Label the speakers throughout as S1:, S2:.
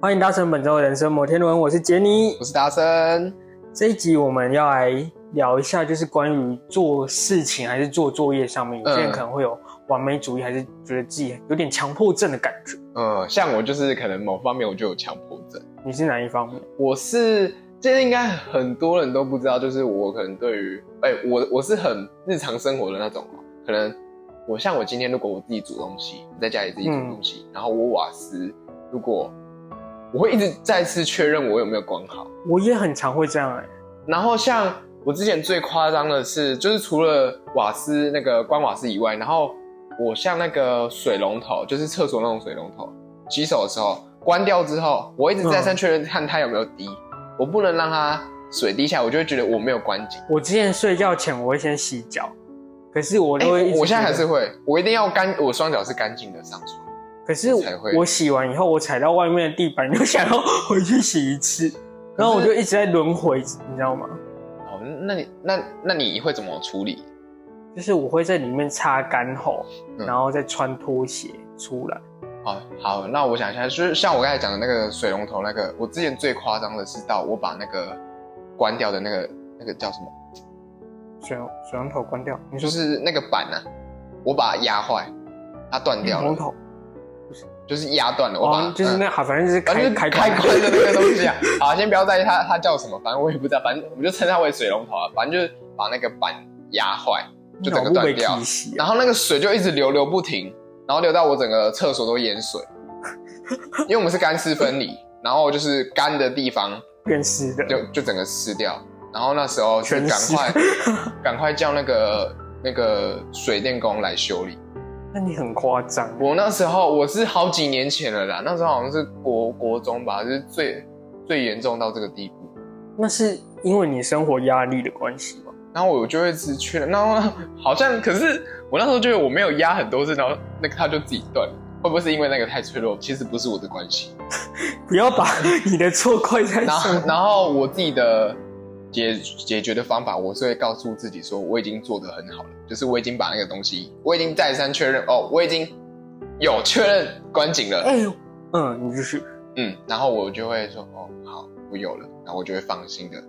S1: 欢迎搭乘本周的人生摩天轮，我是杰尼
S2: 我。是达生。
S1: 这一集我们要来聊一下，就是关于做事情还是做作业上面，有些人
S2: 嗯
S1: 可能会有完美主义，还是觉得自己有点强迫症的感觉。
S2: 嗯，像我就是可能某方面我就有强迫症，
S1: 你是哪一方面？
S2: 我是这应该很多人都不知道，就是我可能对于哎、我我是很日常生活的那种哦，可能我像我今天如果我自己煮东西，我在家里自己煮东西，然后我瓦斯如果我会一直再次确认我有没有关好，
S1: 我也很常会这样哎、
S2: 然后像我之前最夸张的是，就是除了瓦斯那个关瓦斯以外，然后我像那个水龙头，就是厕所那种水龙头，洗手的时候关掉之后，我一直再三确认看它有没有滴，我不能让它水滴下来，我就会觉得我没有关紧。
S1: 我之前睡觉前我会先洗脚，可是我
S2: 哎、
S1: 都会、
S2: 我现在还是，会，我一定要干，我双脚是干净的上床。
S1: 可是
S2: 我才会
S1: 我洗完以后，我踩到外面的地板， 就想要回去洗一次，然后我就一直在轮回，你知道吗？
S2: 哦，那你那那你会怎么处理？
S1: 就是我会在里面擦干后，
S2: 嗯
S1: 然后再穿拖鞋出来。
S2: 哦，好，那我想一下，就是像我刚才讲的那个水龙头那个，我之前最夸张的是到我把那个关掉的那个那个叫什么，
S1: 水龙水龙头关掉，你
S2: 就
S1: 说
S2: 是那个板啊，我把它压坏，它断掉
S1: 水龙
S2: 了，
S1: 头？
S2: 就是压断了，我把
S1: 嗯
S2: 它、
S1: 哦，就是那好，反正就是
S2: 嗯反
S1: 开
S2: 正就是
S1: 开
S2: 开
S1: 关
S2: 关的那个东西啊。好，先不要在意它它叫什么，反正我也不知道，反正我就称它为水龙头啊，反正就是把那个板压坏，就整个断掉
S1: 脑部被踢洗啊
S2: 然后那个水就一直流流不停，然后流到我整个厕所都淹水，因为我们是干湿分离，然后就是干的地方
S1: 变湿的。
S2: 就就整个湿掉，然后那时候是
S1: 全
S2: 赶
S1: 湿
S2: 快赶快叫那个那个水电工来修理。
S1: 那你很夸张，
S2: 我那时候我是好几年前了啦，那时候好像是国国中吧，就是最最严重到这个地步。
S1: 那是因为你生活压力的关系吗？
S2: 然后我就会自去了，然后好像可是我那时候觉得我没有压很多次，然后那个它就自己断了，会不会是因为那个太脆弱？其实不是我的关系。
S1: 不要把
S2: 嗯
S1: 你的错怪在
S2: 然
S1: 上
S2: 后
S1: 面。
S2: 然后我自己的解解决的方法，我是会告诉自己说我已经做得很好了，就是我已经把那个东西，我已经再三确认哦，我已经有确认关紧了，
S1: 哎、呦，嗯，你就是
S2: 嗯，然后我就会说哦好，我有了，然后我就会放心的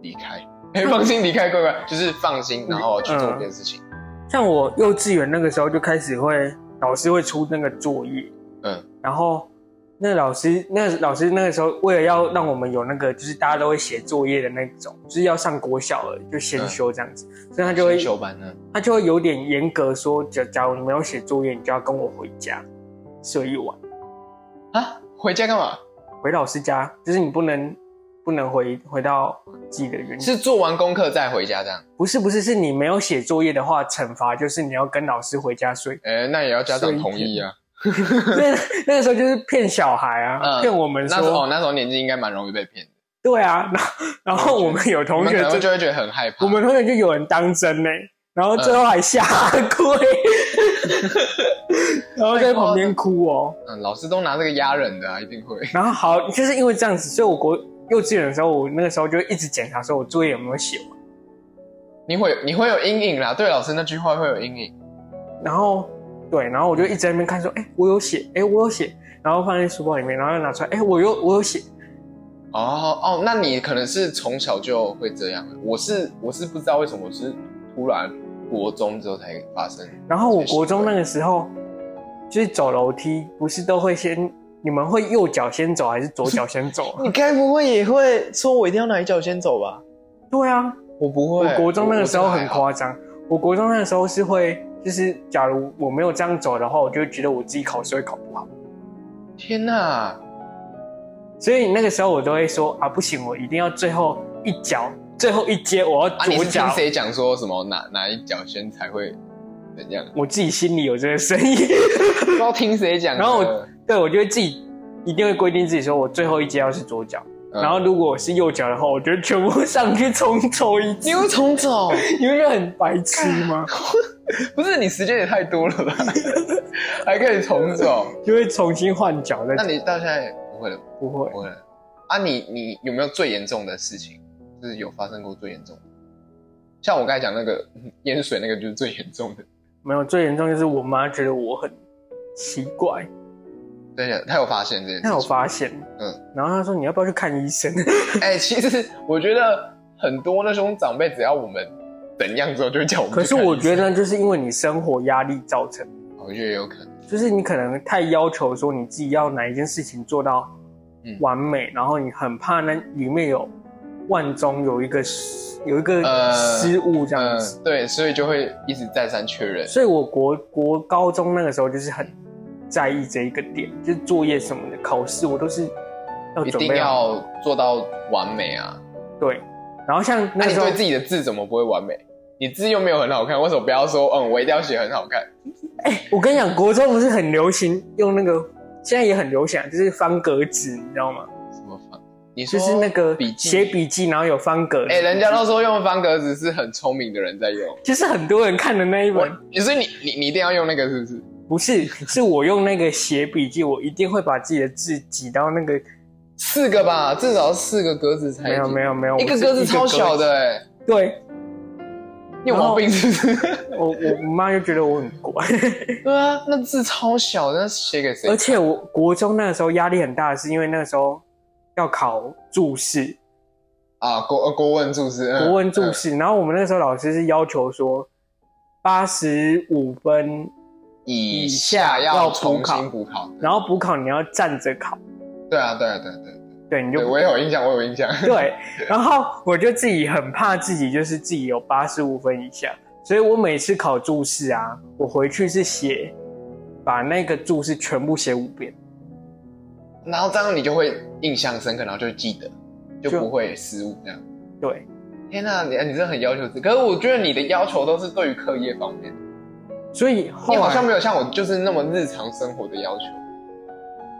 S2: 离开。 哎，放心离开，乖乖，就是放心，然后去做
S1: 嗯
S2: 这件事情。
S1: 像我幼稚园那个时候就开始会，老师会出那个作业，
S2: 嗯，
S1: 然后那老师那老师那个时候为了要让我们有那个就是大家都会写作业的那种，就是要上国小了就先修这样子，所以他就会
S2: 嗯先修班呢？
S1: 他就会有点严格说，假假如你没有写作业，你就要跟我回家睡一晚，
S2: 啊，回家干嘛？
S1: 回老师家，就是你不能不能回回到自己的原
S2: 是做完功课再回家这样？。
S1: 不是不是是你没有写作业的话，惩罚就是你要跟老师回家睡
S2: 哎，那也要家长同意啊。
S1: 那 那个时候就是骗小孩啊，
S2: 嗯
S1: 骗、我们
S2: 那时候
S1: 说
S2: 哦，那时候年纪应该蛮容易被骗的，
S1: 对啊，然后然后我们有
S2: 我
S1: 同
S2: 嗯们
S1: 学
S2: 可能
S1: 真
S2: 会就会觉得很害怕。
S1: 我们同学就有人当真呢、然后最后还下 跪，然后在旁边哭哦。
S2: 嗯，老师都拿这个压人的啊，一定会。
S1: 然后好，就是因为这样子，所以我国幼稚园的时候，我那个时候就一直检查说我作业有没有写完。
S2: 你会有你会有阴影啦，对老师那句话会有阴影。
S1: 然后对，然后我就一直在那边看说，哎、我有写，哎、我有写，然后放在书包里面，然后又拿出来，哎、我有我有写，
S2: 哦哦，那你可能是从小就会这样。我是我是不知道为什么，我是突然国中之后才发生。
S1: 然后我国中那个时候，就是走楼梯，不是都会先，你们会右脚先走还是左脚先走啊？
S2: 你该不会也会说我一定要哪一脚先走吧？
S1: 对啊，
S2: 我不
S1: 我
S2: 会，
S1: 国中那个时候很
S2: 张。
S1: 夸张。我国中那个时候是会，就是假如我没有这样走的话，我就会觉得我自己考试会考不好，
S2: 天
S1: 啊
S2: 哪！
S1: 所以那个时候我都会说啊，不行，我一定要最后一脚，最后一阶我要
S2: 啊，你
S1: 左
S2: 是
S1: 脚。
S2: 听谁讲说什么哪哪一脚先才会怎样？
S1: 我自己心里有这个声音，
S2: 不知道听谁讲的。
S1: 然后我对我就会自己一定会规定自己说，我最后一阶要是左脚，
S2: 嗯
S1: 然后如果我是右脚的话，我就全部 上去重走一次
S2: 你。会重走，
S1: 你不觉得很白痴吗？
S2: 不是你时间也太多了吧？ 还可以重走？
S1: 就会重新换脚
S2: 那
S1: 再
S2: 你到现在也不会了，
S1: 不会
S2: 不会了。啊你，你有没有最严重的事情？就是有发生过最严重的？像我刚才讲那个 嗯淹水那个就是最严重的。
S1: 没有最严重就是我妈觉得我很奇怪，
S2: 对的，他有发现这件事
S1: 他
S2: 情。
S1: 有发现，
S2: 嗯
S1: 嗯，然后他说你要不要去看医生？
S2: 哎、其实我觉得很多那种长辈，只要我们怎样之后，就会叫我们
S1: 可
S2: 去
S1: 是
S2: 看医生。
S1: 我觉得就是因为你生活压力造成，
S2: 我觉得也有可能。
S1: 就是你可能太要求说你自己要哪一件事情做到
S2: 嗯
S1: 完美，然后你很怕那里面有万中有一个有一个
S2: 呃
S1: 失误这样
S2: 嗯
S1: 子。，
S2: 对，所以就会一直再三确认。
S1: 所以我国国高中那个时候就是很在意这一个点，就是作业什么的、考试我都是要
S2: 一
S1: 准
S2: 定
S1: 备好。
S2: 要做到完美啊！
S1: 对，然后像
S2: 那、
S1: 那
S2: 啊你
S1: 时候
S2: 对自己的字怎么不会完美？你字又没有很好看，为什么不要说嗯，我一定要写很好看？
S1: 我跟你讲，国中不是很流行用那个，现在也很流行啊，就是方格纸，你知道吗？
S2: 什么方？你说
S1: 就是那个
S2: 哦笔记
S1: 写笔记，然后有方格纸。
S2: 哎、人家都说用方格子是很聪明的人在用，
S1: 就是很多人看的那一
S2: 我
S1: 本，，
S2: 所以你你你一定要用那个是不是？
S1: 不是，是我用那个写笔记，我一定会把自己的字挤到那个。
S2: 四个吧，至少四个格子才
S1: 没有没
S2: 有，
S1: 有没有，
S2: 一个
S1: 我是
S2: 格子超小。的哎、
S1: 对，
S2: 你有毛病是不是？
S1: 我我我妈就觉得我很乖。
S2: 对啊，那字超小，那写给谁
S1: 而？且我国中那个时候压力很大，是因为那个时候要考注释、
S2: 啊，国呃国文注释，嗯
S1: 国文注释，然后我们那个时候老师是要求说，八十五分，
S2: 以下要
S1: 要
S2: 重
S1: 补考
S2: 新补考。
S1: 然后补考你要站着考，
S2: 对啊，对啊，对啊对啊
S1: 对，你
S2: 对，
S1: 就
S2: 我也有印象，我有印象。
S1: 对，然后我就自己很怕自己就是自己有八十五分以下，所以我每次考注释啊，我回去是写，把那个注释全部写五遍，
S2: 然后这样你就会印象深刻，然后就会记得，就
S1: 就
S2: 不会失误这样。
S1: 对，
S2: 天呐、你你真的很要求自己，可是我觉得你的要求都是对于课业方面，
S1: 所以后
S2: 你好像
S1: 来
S2: 没有像我就是那么日常生活的要求。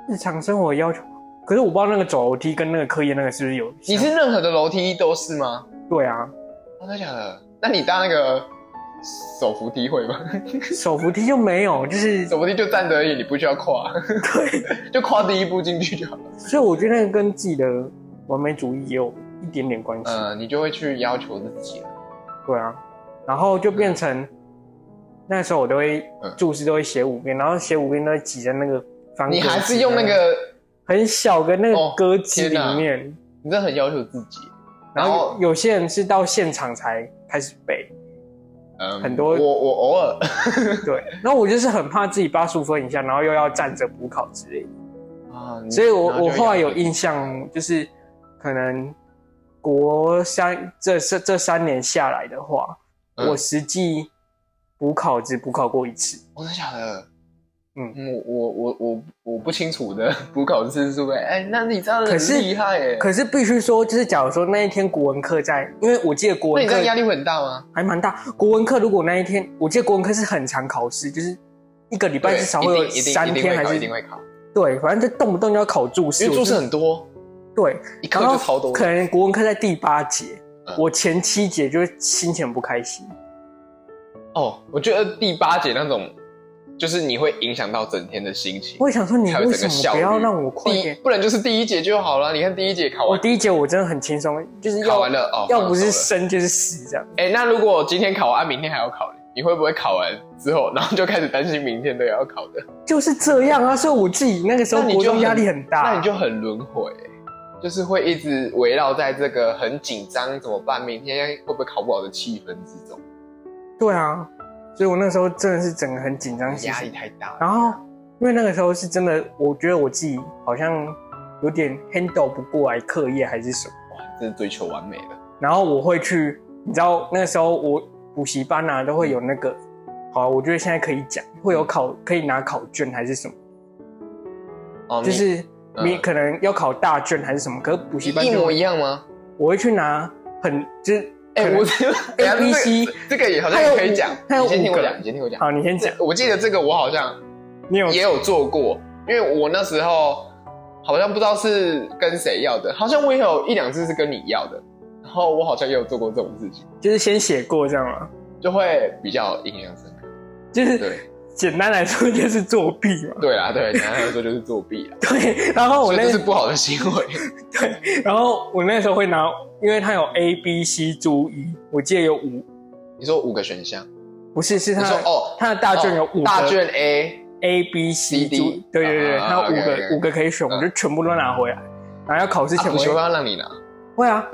S1: 日常生活要求，可是我不知道那个走楼梯跟那个课业那个是不是有，
S2: 你是任何的楼梯都是吗？
S1: 对啊。
S2: 真的假的？那你搭那个手扶梯会吗？
S1: 手扶梯就没有，就是
S2: 手扶梯就站着而已，你不需要跨，对， 就跨第一步进去就好了。
S1: 所以我觉得跟自己的完美主义也有一点点关系，
S2: 嗯，你就会去要求自己了。
S1: 对啊，然后就变成、那时候我都会
S2: 嗯
S1: 注释都会写五遍，然后写五遍都会挤在那个方格
S2: 你
S1: 纸
S2: 还是用那
S1: 里面
S2: 个，
S1: 很小的那
S2: 哦
S1: 个格子
S2: 天哪
S1: 里面，
S2: 你真的很要求自己。
S1: 然
S2: 然
S1: 后
S2: 后
S1: 有有些人是到现场才开始 背，
S2: 嗯，
S1: 很多
S2: 我我偶尔，
S1: 对，然后我就是很怕自己八十五分以下，然后又要站着补考之类的。
S2: 啊，你
S1: 所以我
S2: 然就
S1: 我后来有
S2: 养
S1: 印象，就是可能国三这这这三年下来的话，
S2: 嗯
S1: 我实际补考只补考过一次，
S2: 我真的假的？
S1: 嗯
S2: 嗯，我我我我我不清楚我的补考次数哎，哎，那你这样
S1: 可
S2: 很
S1: 是
S2: 厉害哎，
S1: 可是必须说，就是假如说那一天国文课在，因为我记得国
S2: 那
S1: 文
S2: 你这
S1: 课
S2: 样压力会很大吗？
S1: 还蛮大，国文课如果那一天，我记得国文课是很常考试，就是一个礼拜
S2: 对，
S1: 至少会有
S2: 一定一定
S1: 三
S2: 一定会
S1: 天还
S2: 考，
S1: 是
S2: 一定会考，
S1: 对，反正就动不动就要考注释，
S2: 因为注
S1: 我
S2: 释
S1: 就
S2: 很多，
S1: 对，
S2: 一课
S1: 然
S2: 就
S1: 后
S2: 超多
S1: 可。能国文课在第八节，
S2: 嗯
S1: 我前七节就会心情很不开心。
S2: 哦，我觉得第八节那种，就是你会影响到整天的心情，
S1: 我也想说，你
S2: 还有
S1: 为
S2: 整个
S1: 什
S2: 效
S1: 么
S2: 率。
S1: 不要让我快
S2: 第一
S1: 点？哦
S2: 不然就是第一节就好了。你看第一节考
S1: 我
S2: 完，
S1: 第一节我真的很轻松，就是
S2: 考
S1: 要
S2: 完了哦，
S1: 要不是
S2: 放手了
S1: 生就是死这样。
S2: 哎，那如果今天考完，啊明天还要考，你会不会考完之后，然后就开始担心明天都要考的？
S1: 就是这样啊，所以我自己那个时候
S2: 那你就
S1: 国中
S2: 很
S1: 压力很大，
S2: 那你就很轮回、欸就是会一直围绕在这个很紧张怎么办，明天会不会考不好的气氛之中，
S1: 对啊，所以我那时候真的是整个很紧张，其
S2: 压力
S1: 实。
S2: 太大了。
S1: 然后因为那个时候是真的，我觉得我自己好像有点 handle 不过来课业还是什么，
S2: 哇，这是追求完美了。
S1: 然后我会去，你知道那个时候我补习班啊都会有那个，好，我觉得现在可以讲，会有考可以拿考卷还是什么。
S2: 哦，
S1: 就
S2: 你
S1: 是你
S2: 嗯
S1: 可能要考大卷还是什么，可是补习班
S2: 一
S1: 就
S2: 模
S1: 会
S2: 一样吗？
S1: 我会去拿很就是
S2: 哎、
S1: 可能
S2: 我 等一下
S1: A B C
S2: 这个这个也好像
S1: 还有
S2: 也可以讲，
S1: 还有
S2: 你先听
S1: 五
S2: 我
S1: 个
S2: 讲，你先听我讲。
S1: 好，你先讲
S2: 这，我记得这个我好像
S1: 你有
S2: 也有做过，因为我那时候好像不知道是跟谁要的，好像我也有一两次是跟你要的，然后我好像也有做过这种事情，
S1: 就是先写过这样吗？
S2: 就会比较印象深刻。
S1: 就是
S2: 对。
S1: 简单来说就是作弊啊嘛，
S2: 对啦，对，简单来说就是作弊 啦，
S1: 对。然后我
S2: 所以
S1: 那
S2: 这是不好的行为。
S1: 然后我那时候会拿，因为它有 A B C 猪一，我记得有五，
S2: 你说五个选项，
S1: 不是是它
S2: 你说哦
S1: 它的大卷有五
S2: 大
S1: 个
S2: 卷 A
S1: A、B、C、
S2: C D
S1: 注对对对，
S2: 啊
S1: 它有五
S2: OK，OK
S1: 个五个可以选，我就全部都拿回来。然后要考试
S2: 啊
S1: 前
S2: 补
S1: 我
S2: 习
S1: 会
S2: 班让你拿，
S1: 会 啊，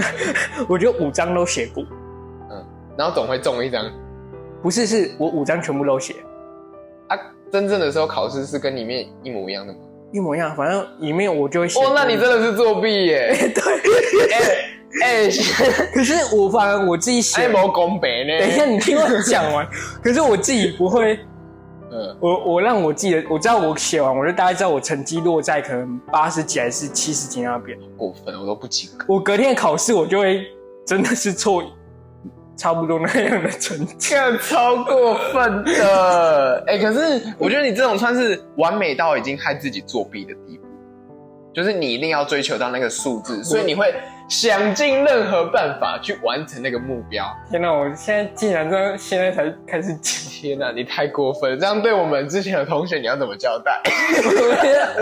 S1: 我就五张都写过，
S2: 然后总会中一张。
S1: 不是是我五张全部都写
S2: 啊，真正的时候考试是跟里面一模一样 的吗？
S1: 一模一样，反正里面我就会写。
S2: 哦，那你真的是作弊耶！
S1: 对，
S2: 哎、
S1: 可是我反而我自己写
S2: 哎，，没公平呢。
S1: 等一下，你听我讲完，可是我自己不会。
S2: 嗯，
S1: 我我让我记得，我知道我写完，我就大概知道我成绩落在可能八十几还是七十几那边。
S2: 过分，我都不及格。
S1: 我隔天考试，我就会真的是错差不多那样的成绩。
S2: 看，超过分的。哎、可是我觉得你这种算是完美到已经害自己作弊的地步，就是你一定要追求到那个数字，所以你会想尽任何办法去完成那个目标。
S1: 天哪，我现在竟然在现在才开始讲，
S2: 天哪、你太过分了！这样对我们之前的同学，你要怎么交代？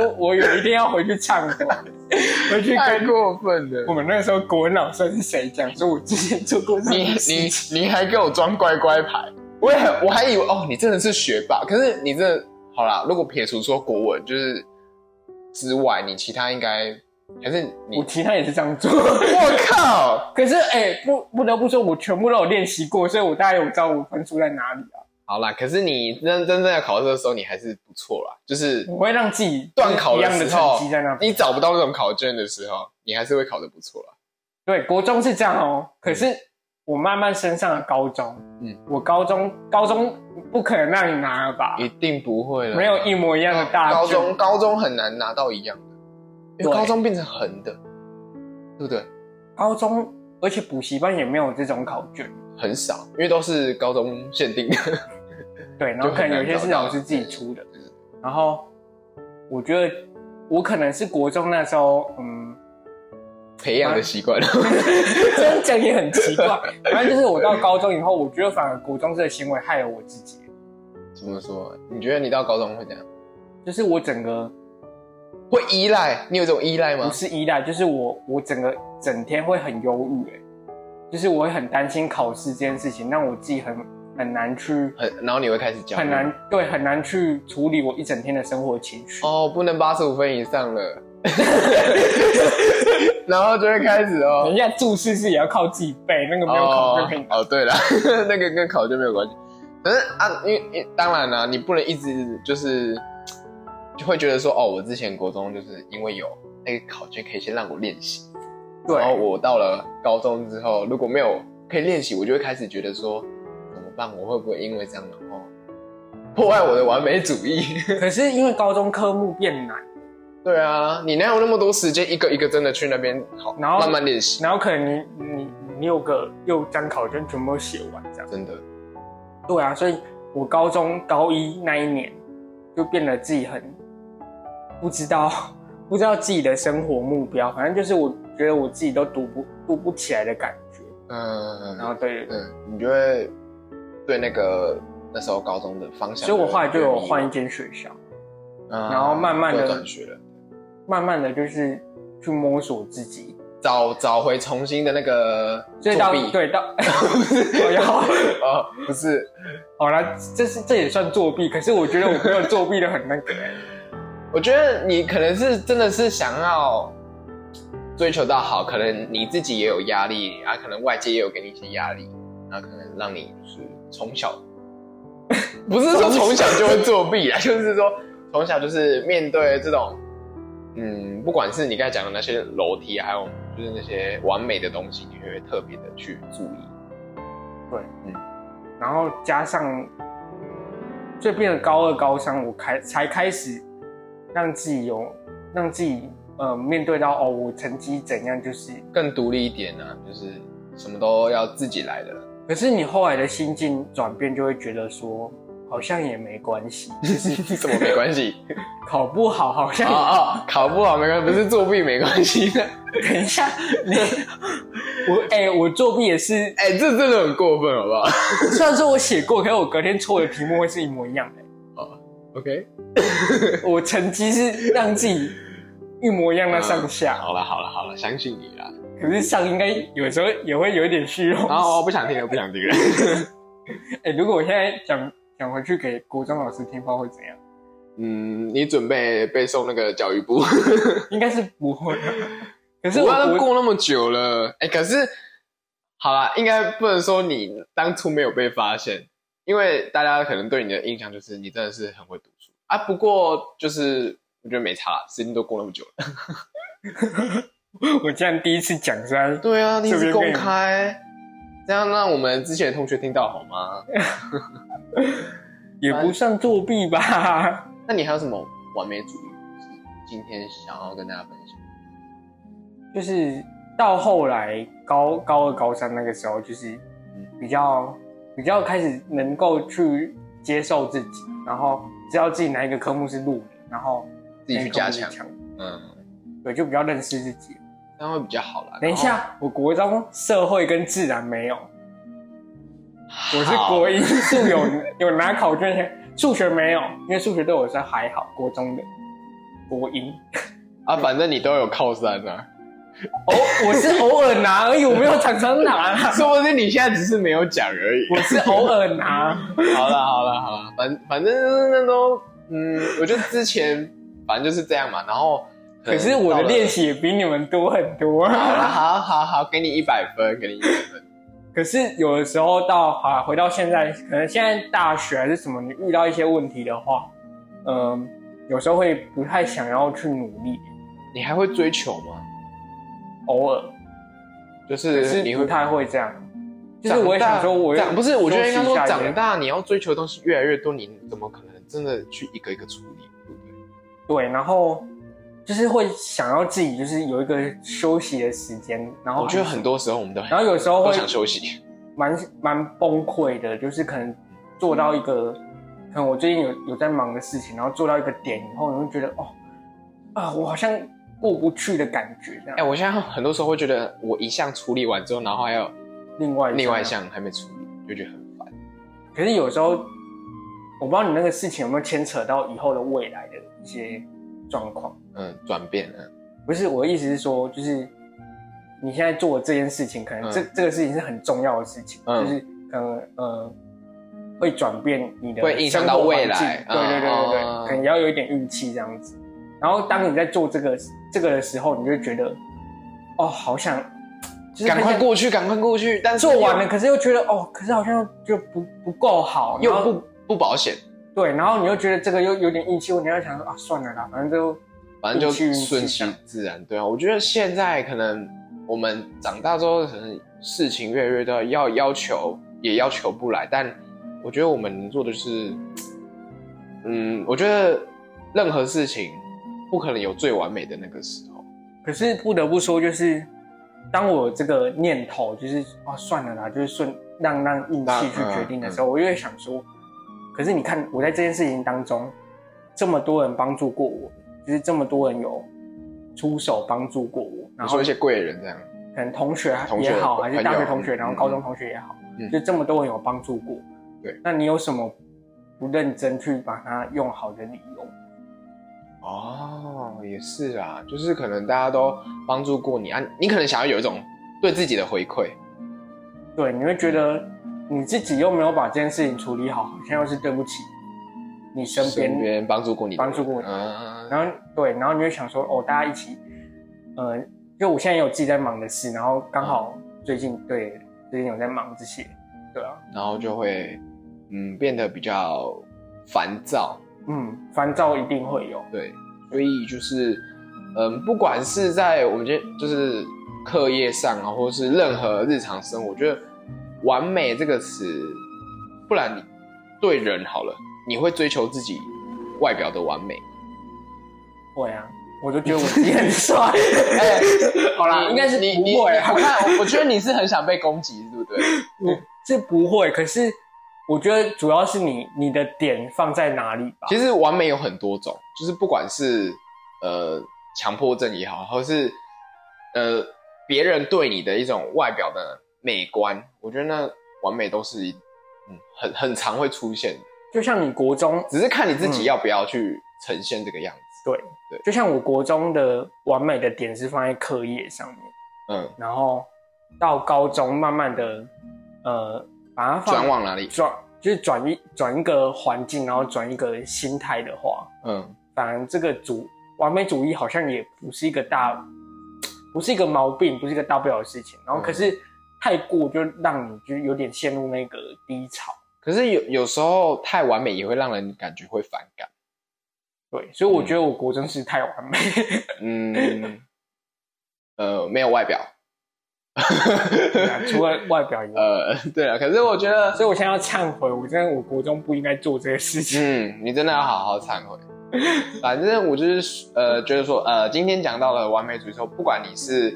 S1: 我我有一定要回去唱歌， 回去
S2: 太
S1: 跟
S2: 过分了
S1: 我。们那时候国文老师是谁讲，说我之前做过这
S2: 你
S1: 种事
S2: 你
S1: 情。
S2: 你还给我装乖乖牌， 我也我还以为哦，你真的是学霸。可是你这好啦，如果撇除说国文就是之外，你其他应该还是你
S1: 我其他也是这样做，
S2: 我靠！
S1: 可是哎、不不得不说，我全部都有练习过，所以我大概有知道我分数在哪里啊。
S2: 好啦，可是你真真正要考试的时候，你还是不错啦。就是
S1: 我会让自己
S2: 断考
S1: 嗯一
S2: 的
S1: 样的
S2: 时
S1: 成
S2: 候
S1: 绩在那，边。
S2: 你找不到那种考卷的时候，你还是会考得不错啦。
S1: 对，国中是这样哦、可是我慢慢升上了高中，
S2: 嗯
S1: 嗯，我高中高中不可能让你拿了吧？
S2: 一定不会了，
S1: 啊没有一模一样的大
S2: 高
S1: 卷
S2: 中，高中很难拿到一样的，因
S1: 对
S2: 为高中变成横的，对不对？
S1: 高中，而且补习班也没有这种考卷。
S2: 很少，因为都是高中限定的。
S1: 对，然后可能有些是老师自己出的。然后我觉得我可能是国中那时候，嗯，
S2: 培养的习惯。
S1: 这样讲也很奇怪。反正就是我到高中以后，我觉得反而国中这个行为害了我自己，
S2: 怎么说？你觉得你到高中会怎样？
S1: 就是我整个
S2: 会依赖？你有这种依赖吗
S1: 不？是依赖，就是我我整个整天会很忧郁，哎，就是我会很担心考试这件事情，让我自己很很难去
S2: 很，然后你会开始焦虑。
S1: 很难对很难去处理我一整天的生活情绪。
S2: 哦，不能八十五分以 上了，然后就会开始哦。
S1: 人家注释是也要靠自己背，那个没有考就可以拿。
S2: 哦。哦，对了， 那个跟考卷没有关系。可是啊，因为因为当然啦、你不能一直就是就会觉得说，哦，我之前国中就是因为有那个考卷可以先让我练习，
S1: 对，
S2: 然后我到了高中之后，如果没有可以练习，我就会开始觉得说，怎么办？我会不会因为这样，然后破坏我的完美主义？
S1: 可是因为高中科目变难，
S2: 对啊，你哪有那么多时间一个一个真的去那边好，
S1: 然后
S2: 慢慢练习？
S1: 然后可能你你你有个六张考卷全部都写完这样。
S2: 真的，
S1: 对啊，所以我高中高一那一年就变得自己很不知道不知道自己的生活目标，反正就是我觉得我自己都读不读不起来的感觉。
S2: 嗯，
S1: 然后对，
S2: 嗯，你就会对那个那时候高中的方向，
S1: 所以我后来就有换一，间学校，
S2: 嗯
S1: 然后慢慢地
S2: 就转学了，
S1: 慢慢的就是去摸索自己。
S2: 找找回重新的那个
S1: 所以到
S2: 作弊，
S1: 对到， 我要。
S2: 哦，不是，
S1: 好啦，这是这也算作弊，可是我觉得我没有作弊的很那个、欸。
S2: 我觉得你可能是真的是想要追求到好，可能你自己也有压力啊，可能外界也有给你一些压力，然后可能让你就是从小， 不是说从小就会作弊啊，就是说从小就是面对这种，嗯，不管是你刚才讲的那些楼梯啊，还有就是那些完美的东西，你就会特别的去注意。
S1: 然后加上，所以变得高二、高三，我开才开始让自己有让自己呃面对到哦，我成绩怎样就是。
S2: 更独立一点啊，就是什么都要自己来的。
S1: 可是你后来的心境转变，就会觉得说好像也没关系，就是
S2: 什么没关系
S1: 考不好好像
S2: 啊
S1: 也。
S2: 啊，考不好没关系，不是作弊没关系 的。
S1: 等一下，你我哎、我作弊也是，
S2: 哎、这真的很过分，好不好
S1: 虽然说我写过，可是我隔天错的题目会是一模一样的、
S2: ？OK，
S1: 我成绩是让自己一模一样的上下，
S2: 好了好了好了，相信你啦。
S1: 可是上应该有 时候也会有一点虚荣。
S2: 哦 然后我不想听了，不想听了。
S1: 哎、如果我现在讲讲回去给国中老师听，不知道会怎样，
S2: 嗯，你准备被送那个教育部？
S1: 应该是不会。可是
S2: 不
S1: 我
S2: 过都
S1: 国
S2: 过那么久了，哎、可是好啦，应该不能说你当初没有被发现，因为大家可能对你的印象就是你真的是很会读书啊。不过就是我觉得没差啦，时间都过那么久了。
S1: 我竟然第一次讲出来，
S2: 对啊，你一直
S1: 随便跟
S2: 公
S1: 你
S2: 开，这样让我们之前的同学听到好吗？
S1: 也不算作弊吧？
S2: 那你还有什么完美主义？今天想要跟大家分享，
S1: 就是到后来高高二高三那个时候，就是比较比较开始能够去接受自己，然后知道自己哪一个科目是路，然后
S2: 自己去加
S1: 哪一个科目
S2: 强
S1: 是，
S2: 嗯，
S1: 对，就比较认识自己。
S2: 这样会比较好啦。
S1: 等一
S2: 然后，
S1: 下，我国中社会跟自然没有，我是
S2: 好
S1: 国英数有 有拿考卷，数学没有，因为数学对我是还好，国中的国英。
S2: 啊，反正你都有靠山啊。
S1: 偶我是偶尔拿而已，我没有常常拿啦，
S2: 说不定你现在只是没有讲而已。
S1: 我是偶尔拿。
S2: 好了好了好了，反反正那都，嗯，我觉得之前反正就是这样嘛。然后能
S1: 可是我
S2: 到
S1: 的
S2: 了
S1: 练，习也比你们多很多。
S2: 好了好好好，给你一百分，给你一百分。
S1: 可是有的时候到啊，回到现在，可能现在大学还是什么，你遇到一些问题的话，嗯、有时候会不太想要去努力，
S2: 你还会追求吗？
S1: 偶尔
S2: 就
S1: 可
S2: 是
S1: 是
S2: 你
S1: 不
S2: 会，
S1: 太会这样。就是我也想说我，
S2: 长不是，我觉得应该说长
S1: 大
S2: 大你要追求的东西越来越多，你怎么可能真的去一个一个处理？对不对？
S1: 对，然后就是会想要自己就是有一个休息的时间，然后
S2: 我觉得很，多时候我们都很
S1: 然后有时候
S2: 都
S1: 会
S2: 想休息。
S1: 蛮蛮崩溃的，就是可能做到一个，可能我最近有有在忙的事情，然后做到一个点以后，你会觉得哦，啊，我好像过不去的感觉，这样。
S2: 哎，我现在很多时候会觉得，我一项处理完之后，然后还有
S1: 另外啊
S2: 另外一，项还没处理，就觉得很烦。
S1: 可是有时候我不知道你那个事情有没有牵扯到以后的未来的一些状况。
S2: 嗯，转变了。
S1: 不是我的意思是说，就是你现在做的这件事情，可能这、这个事情是很重要的事情，
S2: 嗯
S1: 就是可能呃会转变你的
S2: 会影响到未来
S1: 生活环境对对对对对，
S2: 嗯
S1: 可能也要有一点运气这样子。然后当你在做这个这个的时候，你就会觉得哦，好想就是
S2: 赶
S1: 很
S2: 快
S1: 想
S2: 过去，赶快过去，但是
S1: 做完
S2: 又
S1: 了，可是又觉得哦，可是好像就不不够好，然
S2: 又
S1: 后
S2: 不不保险，
S1: 对，然后你又觉得这个又有点运气问题，然后想说啊，算了啦，反正就
S2: 反正就
S1: 运气
S2: 顺
S1: 运
S2: 其
S1: 气
S2: 自然。对啊，我觉得现在可能我们长大之后，可能事情越来越多，要要求也要求不来，但我觉得我们能做的就是，嗯，我觉得任何事情不可能有最完美的那个时候。
S1: 可是不得不说，就是当我有这个念头就是啊算了啦，就是顺让让运气去决定的
S2: 嗯
S1: 时候，我就会想说，可是你看我在这件事情当中，这么多人帮助过我，就是这么多人有出手帮助过我，然
S2: 你
S1: 后
S2: 说一些贵人这样，
S1: 可能同学
S2: 同学
S1: 也好，
S2: 朋
S1: 还
S2: 友
S1: 是大学同学，
S2: 嗯
S1: 然后高中同学也好，
S2: 嗯
S1: 就这么多人有帮助过。
S2: 对，
S1: 那你有什么不认真去把它用好的理由？
S2: 哦，也是啊，就是可能大家都帮助过你啊，你可能想要有一种对自己的回馈，
S1: 对，你会觉得你自己又没有把这件事情处理好，好像又是对不起你身
S2: 身
S1: 边。
S2: 边帮助过你的人，
S1: 帮助过你
S2: 嗯
S1: 然后对，然后你会想说，哦，大家一起，呃，就我现在也有自己在忙的事，然后刚好最近对最近有在忙这些，对啊，
S2: 然后就会嗯变得比较烦躁，
S1: 嗯，烦躁一定会有，
S2: 对，所以就是嗯，不管是在我们今天就是课业上啊，或是任何日常生活，我觉得“完美”这个词，不然你对人好了，你会追求自己外表的 完美。
S1: 会啊，我都觉得我自己 很帅，
S2: 哎、
S1: 好啦，
S2: 你
S1: 应该是
S2: 你你，
S1: 不会啊
S2: 我，看我我觉得你是很想被攻击，对不对？
S1: 是不会，可是我觉得主要是你你的点放在哪里吧，
S2: 其实完美有很多种，就是不管是呃强迫症也好，或是呃别人对你的一种外表的美观，我觉得那完美都是一嗯很很常会出现的，
S1: 就像你国中
S2: 只是看你自己要不要去呈现这个样子。
S1: 就像我国中的完美的点是放在课业上面，
S2: 嗯，
S1: 然后到高中慢慢的，呃，把它放
S2: 转往哪里？
S1: 转就是转一转一个环境，然后转一个心态的话，
S2: 嗯，
S1: 反而这个主完美主义好像也不是一个大，不是一个毛病，不是一个大不了的事情。然后可
S2: 嗯
S1: 是太过就让你就有点陷入那个低潮，
S2: 可是有有时候太完美也会让人感觉会反感。
S1: 对，所以我觉得我国真是太完美。
S2: 嗯，呃，没有外表。
S1: 对啊除了外表以外，
S2: 呃，对了，可是我觉得，
S1: 所以我现在要忏悔，我真的我国中不应该做这个事情。
S2: 嗯，你真的要好好忏悔。 反正我就是呃，就是说呃，今天讲到了完美主义之后，不管你是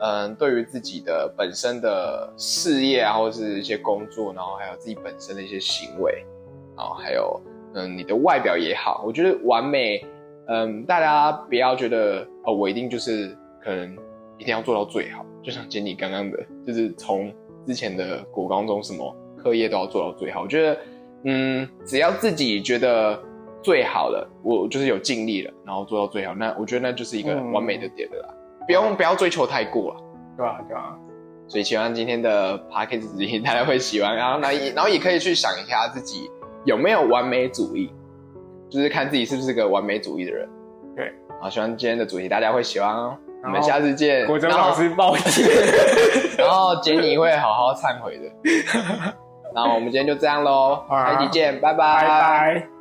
S2: 嗯、呃对于自己的本身的事业啊，或是一些工作，然后还有自己本身的一些行为，然后还有嗯、你的外表也好，我觉得完美，嗯、大家不要觉得哦，我一定就是可能一定要做到最好，就像杰你刚刚的，就是从之前的国高中什么课业都要做到最好，我觉得。嗯，只要自己觉得最好了，我就是有尽力了，然后做到最好，那我觉得那就是一个
S1: 嗯
S2: 完美的点了啦，不用不要追求太过了。
S1: 对啊，对啊，
S2: 所以希望今天的 p a c k a g e 大家会喜欢，然后呢，也然后也可以去想一下自己有没有完美主义，就是看自己是不是个完美主义的人。
S1: 对，
S2: 好，希望今天的主题大家会喜欢哦。我
S1: 然后
S2: 们下次见。
S1: 国中老师抱歉。
S2: 然后，然后杰尼会好 好忏悔的。那我们今天就这样喽，
S1: 好啊
S2: 下一集见，
S1: 拜拜。